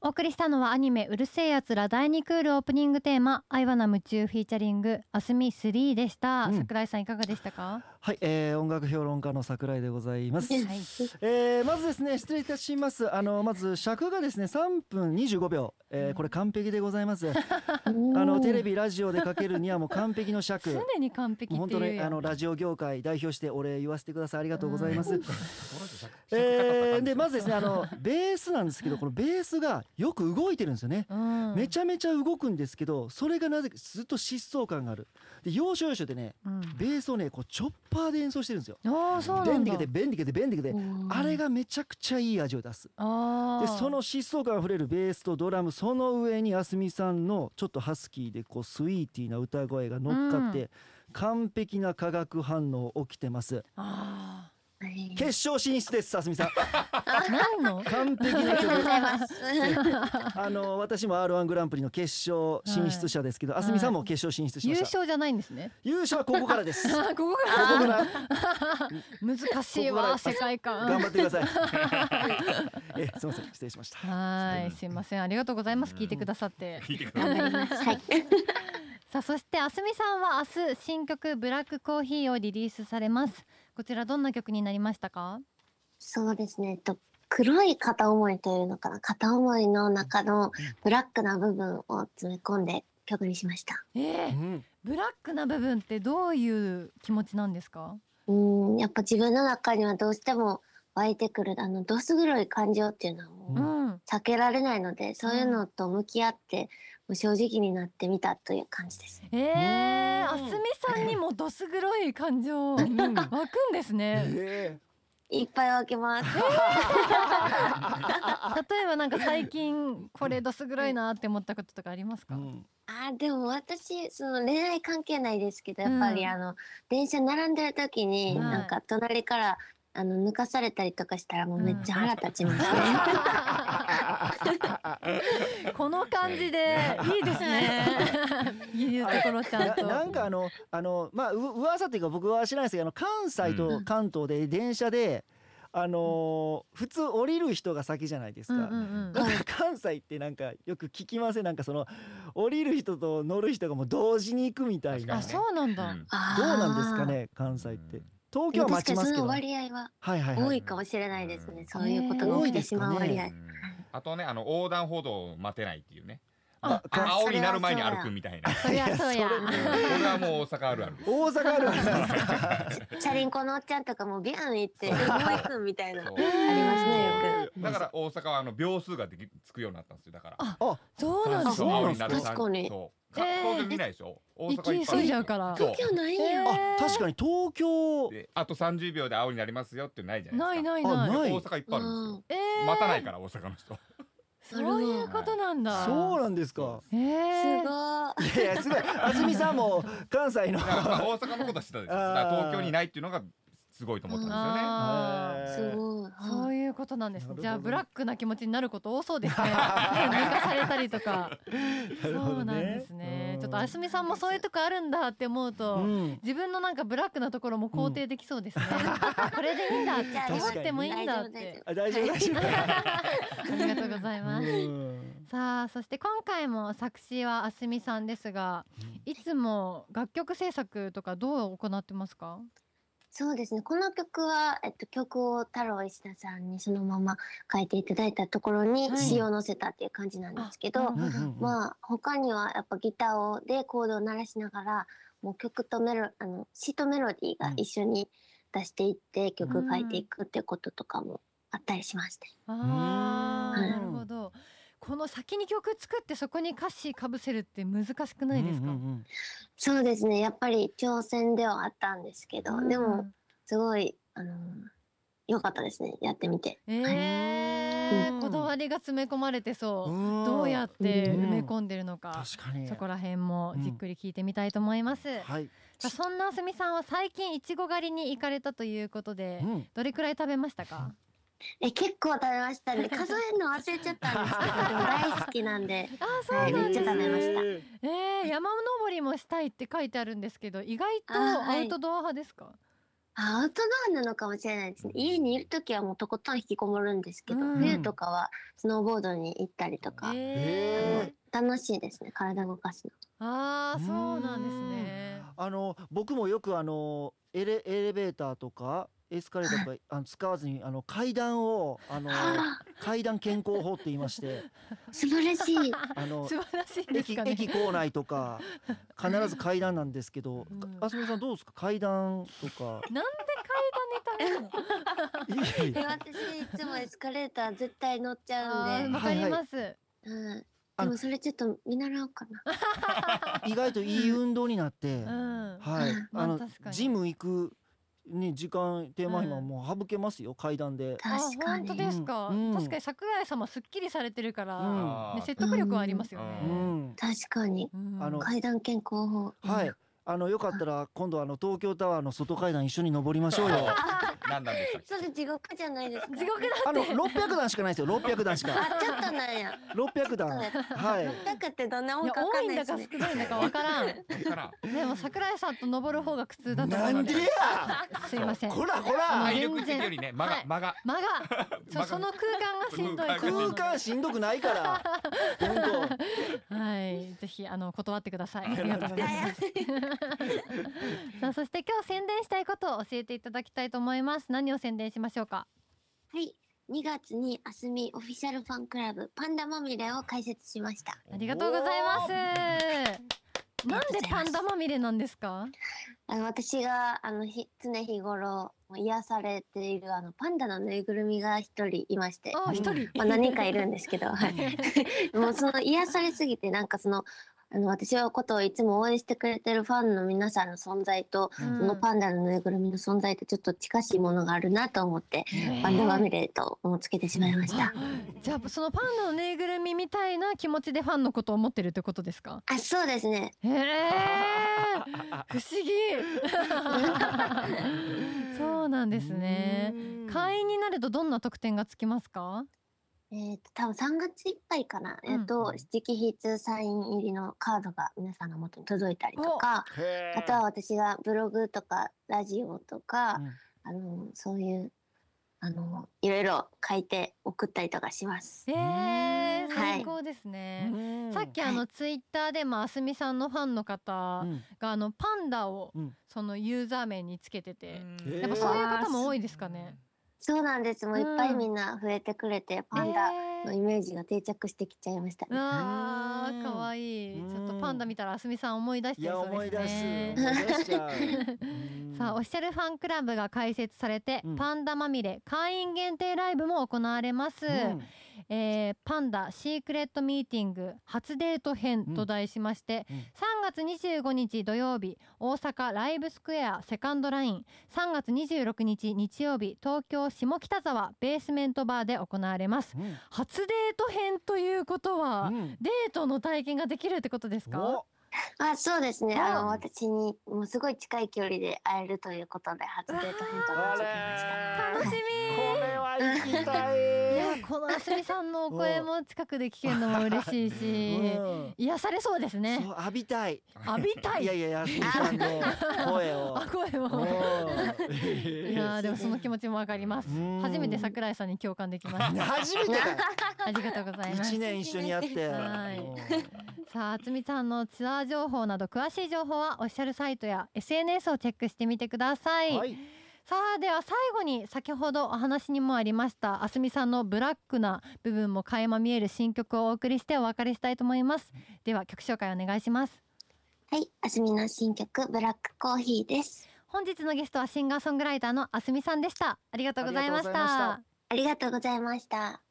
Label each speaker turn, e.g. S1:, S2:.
S1: お送りしたのはアニメ「うるせえやつら第2クール」オープニングテーマ「アイワナ夢中」フィーチャリング「あすみ3」でした、
S2: うん
S1: 桜井さんいかがでしたか
S2: はい、えー音楽評論家の桜井でございます。
S1: はい
S2: えーまずですね失礼いたしますあのまず尺がですね3分25秒、えーこれ完璧でございますあのテレビラジオでかけるにはもう完璧の尺
S1: 常
S2: も
S1: に完璧
S2: う
S1: っ
S2: 本
S1: てい
S2: 当
S1: う
S2: ね
S1: や
S2: あ
S1: ん
S2: のラジオ業界代表してお礼言わせてくださいありがとうございます、え
S3: え
S2: ーでまずですねあのベースなんですけどこのベースがよく動いてるんですよね
S1: うん
S2: めちゃめちゃ動くんですけどそれがなぜかずっと疾走感があるで要所要所でね
S1: うん
S2: ベースをねこうチョッパーで演奏してるんですよ
S1: ああそうなん
S2: 便利
S1: だ
S2: で便利で便利であれ
S1: が
S2: がめちゃくちゃいい味を出す
S1: あ
S2: で
S1: ー
S2: その疾走感あふれるベースとドラムその上にあすみさんのちょっとハスキーでこうスイーティーな歌声が乗っかって、
S1: う
S2: 完璧な化学反応起きてます
S1: あ
S2: 決勝進出ですあすみさ ん
S1: ー何 の
S2: 完璧な曲
S4: ございます。
S2: あの私も R1 グランプリの決勝進出者ですけど、あすみさんも決勝進出しま
S1: 優
S2: した、
S1: 勝じゃないんです ね
S2: 優勝はここか らですこ
S1: あーここ
S2: こ
S1: が
S2: から
S1: 難しい
S2: ここから
S1: わ世界
S2: 頑
S1: 観
S2: 張ってく ださい えすみません失礼しました
S1: はーいすいませんありがとうございます聞いてくださって
S3: 聞いてください
S4: 頑張ります。はい。
S1: さあそしてあすみさんは明日新曲ブラックコーヒーをリリースされますこちらどんな曲になりましたか
S4: そうですね。えっと黒い片思いというのかな片思いの中のブラックな部分を詰め込んで曲にしました。
S1: ええ
S2: うん
S1: ブラックな部分ってどういう気持ちなんですか
S4: うーん、やっぱ自分の中にはどうしても湧いてくるあのどす黒い感情っていうのはもう
S2: う
S1: うんん、
S4: 避けられないので、そういうのと向き合って、もう正直になってみたという感じです。
S1: ええ
S2: う
S1: あ
S2: ん
S1: すみさんにもどす黒い感情湧くんですね
S2: え
S4: いっぱい分けます。
S1: 例えばなんか最近これどす黒いなって思ったこととかあります
S2: ーう
S1: か、
S2: ん
S4: あーでも私その恋愛関係ないですけどやっぱ
S1: う
S4: り
S1: ん
S4: あの、電車並んでる時に
S2: はい
S4: なんか隣からあの抜かされたりとかしたらもうめっちゃ腹立ちますね。
S1: この感じでいいですね言うところちゃん
S2: な
S1: と
S2: なんかあのあのまあう噂っていうか僕は知らないですけどあの関西と関東で電車で、あのー普通降りる人が先じゃないです
S1: う
S2: か。
S1: んうん
S2: なんか 関西ってなんかよく聞きませんなんかその降りる人と乗る人がもう同時に行くみたい
S1: うん、
S2: な
S1: あ
S2: ど
S1: そうなん
S3: う
S1: だ、
S3: ん
S4: あ
S2: う
S4: ー
S2: なんですか。ね関西って東
S4: で
S2: 京
S4: も
S2: は待
S4: 確か
S2: ち
S4: に
S2: ます
S4: そ
S2: けど
S4: の
S2: はい
S4: 割合は
S2: はい
S4: 多
S2: はい
S4: かもしれないです
S3: うん
S4: ね。そういうことが起きてしまう割合。
S3: あとねあの横断歩道を待てないっていうね
S1: あ
S2: あ
S4: あ
S3: 青
S4: それ
S3: に
S4: は
S3: なる前に
S4: そうだ
S3: 歩くみたいなこ
S1: そりゃそうや
S2: いや
S3: れはもう大阪あるあるです
S2: 大阪あるあるなんですか
S4: チャリンコのおっちゃんとかもビューン行って保育みたいな
S3: そ
S4: あ
S3: う
S4: りますねよく。
S3: だから大阪はあの秒数ができつくようになったんですよだから
S2: あ
S1: そうなんだ
S4: あそうなん
S3: 青
S4: だ
S3: になる
S4: 確かに
S3: そう
S1: えー
S3: 東京見ないでしょ大
S1: 行き
S3: 阪
S1: 急いじゃう
S3: か
S1: から
S3: そう
S4: 東京ないんや。
S2: あ確かに東京
S3: であと30秒で青になりますよってないじゃな
S1: ないい
S3: ですか
S1: ないない
S2: あない
S3: 大阪いっぱいあるん
S1: え
S3: ですよ
S1: ー、
S3: 待たないから大阪の人
S1: そういうことなんだ
S2: そうなんですか
S1: えー、
S4: す
S2: いやいやすごいあすみさんも関西 の
S3: だからまあ大阪のことは知ってたんですよ
S2: あー
S3: だから東京にないっていうのがすごいと思ったんですよね
S1: あー
S4: ごい。すごい。
S1: そういうことなんです、
S2: なる
S1: ね
S2: ほ。ど
S1: じゃあブラックな気持ちになること多そう ですね。ね抜かされたりとか。
S2: なるほ
S1: そう
S2: どね
S1: なんですね。
S2: うん
S1: ちょっとあすみさんもそういうとこあるんだって思うと、
S2: うん
S1: 自分のなんかブラックなところも肯定できそうですね。これでいいんだって
S4: じゃあ
S1: 思ってもいいんだっ
S4: 大丈夫大丈
S1: て。
S2: あ大丈夫大丈
S1: ありがとうございます。
S2: 夫
S1: さあそして今回も作詞はあすみさんですが、いつも楽曲制作とかどう行ってますか？
S4: そうですね。この曲は、えっと、曲を太郎石田さんにそのまま書いていただいたところに
S1: はい
S4: 詞を載せたっていう感じなんですけど、
S1: あなるほど
S4: まあ、他にはやっぱギターをでコードを鳴らしながら、もう曲とメロ、あの、詞とメロディーが一緒に出していって曲書いていくってこととかもあったりしました。
S1: あー
S4: うん
S1: なるほど。この先に曲作ってそこに歌詞かぶせるって難しくないですか？
S4: そうですね。やっぱり挑戦ではあったんですけど、でも、すごい、あの、良かったですね。やってみて。
S1: うん、えー
S2: うん
S1: こだわりが詰め込まれてそう、
S2: ん
S1: どうやって
S2: うん
S1: 埋め込んでるのか、
S2: 確かに
S1: そこら辺もじっくり聞いてみたいと思います、さ
S2: はい、
S1: あそんなあすみさんは最近いちご狩りに行かれたということで、
S2: うん、
S1: どれくらい食べましたか
S4: え結構食べました ね数えるの忘れちゃったんですけどでも大好きなんで
S1: あー
S4: は
S1: そ
S4: いう
S1: な
S4: め
S1: ん
S4: っ
S1: で
S4: ちゃ
S1: す
S4: 食べま
S1: ね
S4: した
S1: えー、山登りもしたいって書いてあるんですけど意外と
S4: あーは
S1: アウ
S4: い
S1: トドア派ですか、
S4: アウトドアなのかもしれないですね。家にいるときはもうとことん引きこもるんですけど、
S1: うん
S4: 冬とかはスノーボードに行ったりとか、
S1: えー、
S4: 楽しいですね。体動かすの。
S1: ああそうなんですね。
S2: あの僕もよくあのエレエレベーターとかエスカレーターとかあの使わずにあの階段をあ の
S4: はあ、
S2: 階段健康法って言いまして
S4: 素晴らし い。
S2: あの
S1: 素晴らしいです
S2: 駅
S1: かね。
S2: 駅構内とか必ず階段なんですけど、
S1: うん
S2: かあすみさんどうですか階段とか
S1: なんで階段ネタなの？
S2: いやい
S4: で
S2: や
S4: 私いつもエスカレーター絶対乗っちゃ
S1: あ
S4: う
S1: ー
S4: ん
S1: わ
S4: で、
S1: かり ます。
S4: うん、
S2: あ
S4: で
S2: の
S4: もそれちょっと見習おうかな。
S2: 意外といい運動になって、
S1: うん。
S2: はい、
S1: まあ
S2: あの
S1: 確かに
S2: ジム行くね時間手間暇もう省けますよ、階段で。
S4: 確
S1: あ
S4: か
S1: 本当
S4: に。
S1: ですか。
S2: うん
S1: 確かに桜井様すっきりされてるから、
S2: うん
S1: ね説得力はありますよ
S2: う
S1: ね。
S2: ん、
S4: 確かに。
S1: うん
S2: あの
S4: 階段健康法。
S2: はい。あのよかったら今度あの東京タワーの外階段一緒に登りまし ょうよ。
S3: 何なんでし
S4: そ
S3: たっけ
S4: れ地獄じゃないですか。
S1: 地獄だ。
S2: あの600段しかないですよ。600段 しか。
S4: あ、ちょっとなんや。
S2: 600段。はい。
S4: なんかってどんなも
S1: い
S4: ん
S1: や
S4: かわ
S1: 多
S4: か
S1: い
S4: ん
S1: ん
S4: な
S1: だ
S4: いし、
S1: か
S4: ね。
S1: 少ないんだかわからん。
S3: それから
S1: でも桜井さんと登る方が苦痛だと
S2: な
S1: 思うの
S2: んで
S1: で。
S2: や。
S1: すいません。
S2: こらこ
S1: あ
S2: ら。
S3: 体力的よりね間
S1: は
S3: が
S1: い
S3: 間が
S1: 間がそうその空間がしんどいと思う
S2: 空
S1: ので
S2: 間しんどくな いから。本
S1: はい、ぜひあの断ってください。ありがとうございます。さあ、そして今日宣伝したいことを教えていただきたいと思います。何を宣伝しましょうか。
S4: はい。2月にあすみオフィシャルファンクラブパンダまみれを開設しました。
S1: ありがとうございます。なんでパンダまみれなんですか。
S4: あの私があのひ常日頃癒されているあのパンダのぬいぐるみが一人いまして、
S1: あ、一人。
S4: まあ、何人か いるんですけど、はい、もうその癒されすぎてなんかそのあの私のことをいつも応援してくれてるファンの皆さんの存在と、
S1: う
S4: その
S1: ん。
S4: パンダのぬいぐるみの存在とちょっと近しいものがあるなと思って、
S1: へー
S4: パンダまみれともつけてしまいました。
S1: じゃあ、そのパンダのぬいぐるみみたいな気持ちでファンのことを思ってるってことですか。
S4: あ、そうですね。
S1: へえ。不思議。そうなん
S2: 当
S1: ですね。。会員になるとどんな特典がつきますか。
S4: えっと多分3月いっぱいかな、
S1: うん
S4: えっと直筆サイン入りのカードが皆さんの元に届いたりとか
S2: へー
S4: あとは私がブログとかラジオとか、あのそういうあのいろいろ書いて送ったりとかします。
S1: ええ
S4: うん
S1: 最高ですね。
S2: うん
S1: さっきあ
S4: は
S1: のツイッターでもあすみさんのファンの方
S2: う
S1: が
S2: ん
S1: あのパンダを
S2: うん
S1: そのユーザー名につけてて、
S2: うん
S1: やっぱそういう方も多いですかね。
S4: そうなんですもういっぱ
S1: う
S4: い
S1: ん
S4: みんな増えてくれて、パンダ
S1: え
S4: の
S1: ー
S4: イメージが定着してきちゃいました、ね
S1: あー可愛い
S2: うん
S1: ちょっとパンダ見たらあすみさん思い出して
S2: い
S1: る
S2: や
S1: そう
S2: 思い
S1: で
S2: 出
S1: す
S2: す。
S1: ね。
S2: 思い出しちゃううん
S1: さあオフィシャルファンクラブが開設されて、
S2: うん
S1: パンダまみれ会員限定ライブも行われます、
S2: うん
S1: えーパンダシークレットミーティング初デート編
S2: うん
S1: と題しまして、
S2: うん
S1: 3月25日土曜日大阪ライブスクエアセカンドライン3月26日日曜日東京下北沢ベースメントバーで行われます
S2: うん
S1: 初デート編ということは、
S2: うん
S1: デートの体験ができるってことですか
S2: お
S4: あそうですねあ
S1: うん
S4: の私にもうすごい近い距離で会えるということで初デート編と名付けました。
S2: あ
S1: 楽しみ
S2: これは行きた
S1: い
S2: い。
S1: やこのあすみさんのお声も近くで聞けるのも嬉しいし、
S2: うん
S1: 癒されそうですね
S2: そう浴びたい。
S1: 浴びた
S2: いや
S1: い
S2: いや安井さんの声を
S1: あ。声
S2: う
S1: も
S2: ん
S1: いやーでもその気持ちもわかります
S2: うん
S1: 初めて桜井さんに共感でき ました
S2: 初めてだよ。
S1: ありがとうございます
S2: 一年一緒にやって。
S1: はい
S2: うん
S1: さああつみさんのツアー情報など詳しい情報はオフィシャルサイトや SNS をチェックしてみてください、
S2: はい。
S1: さあでは最後に先ほどお話にもありましたあすみさんのブラックな部分も垣間見える新曲をお送りしてお別れしたいと思いますでは曲紹介お願いします
S4: はい、あすみの新曲ブラックコーヒーです。
S1: 本日のゲストはシンガーソングライターのあすみさんでしたありがとうございまし
S2: ありがとうございました
S1: た
S4: ありがとうございました。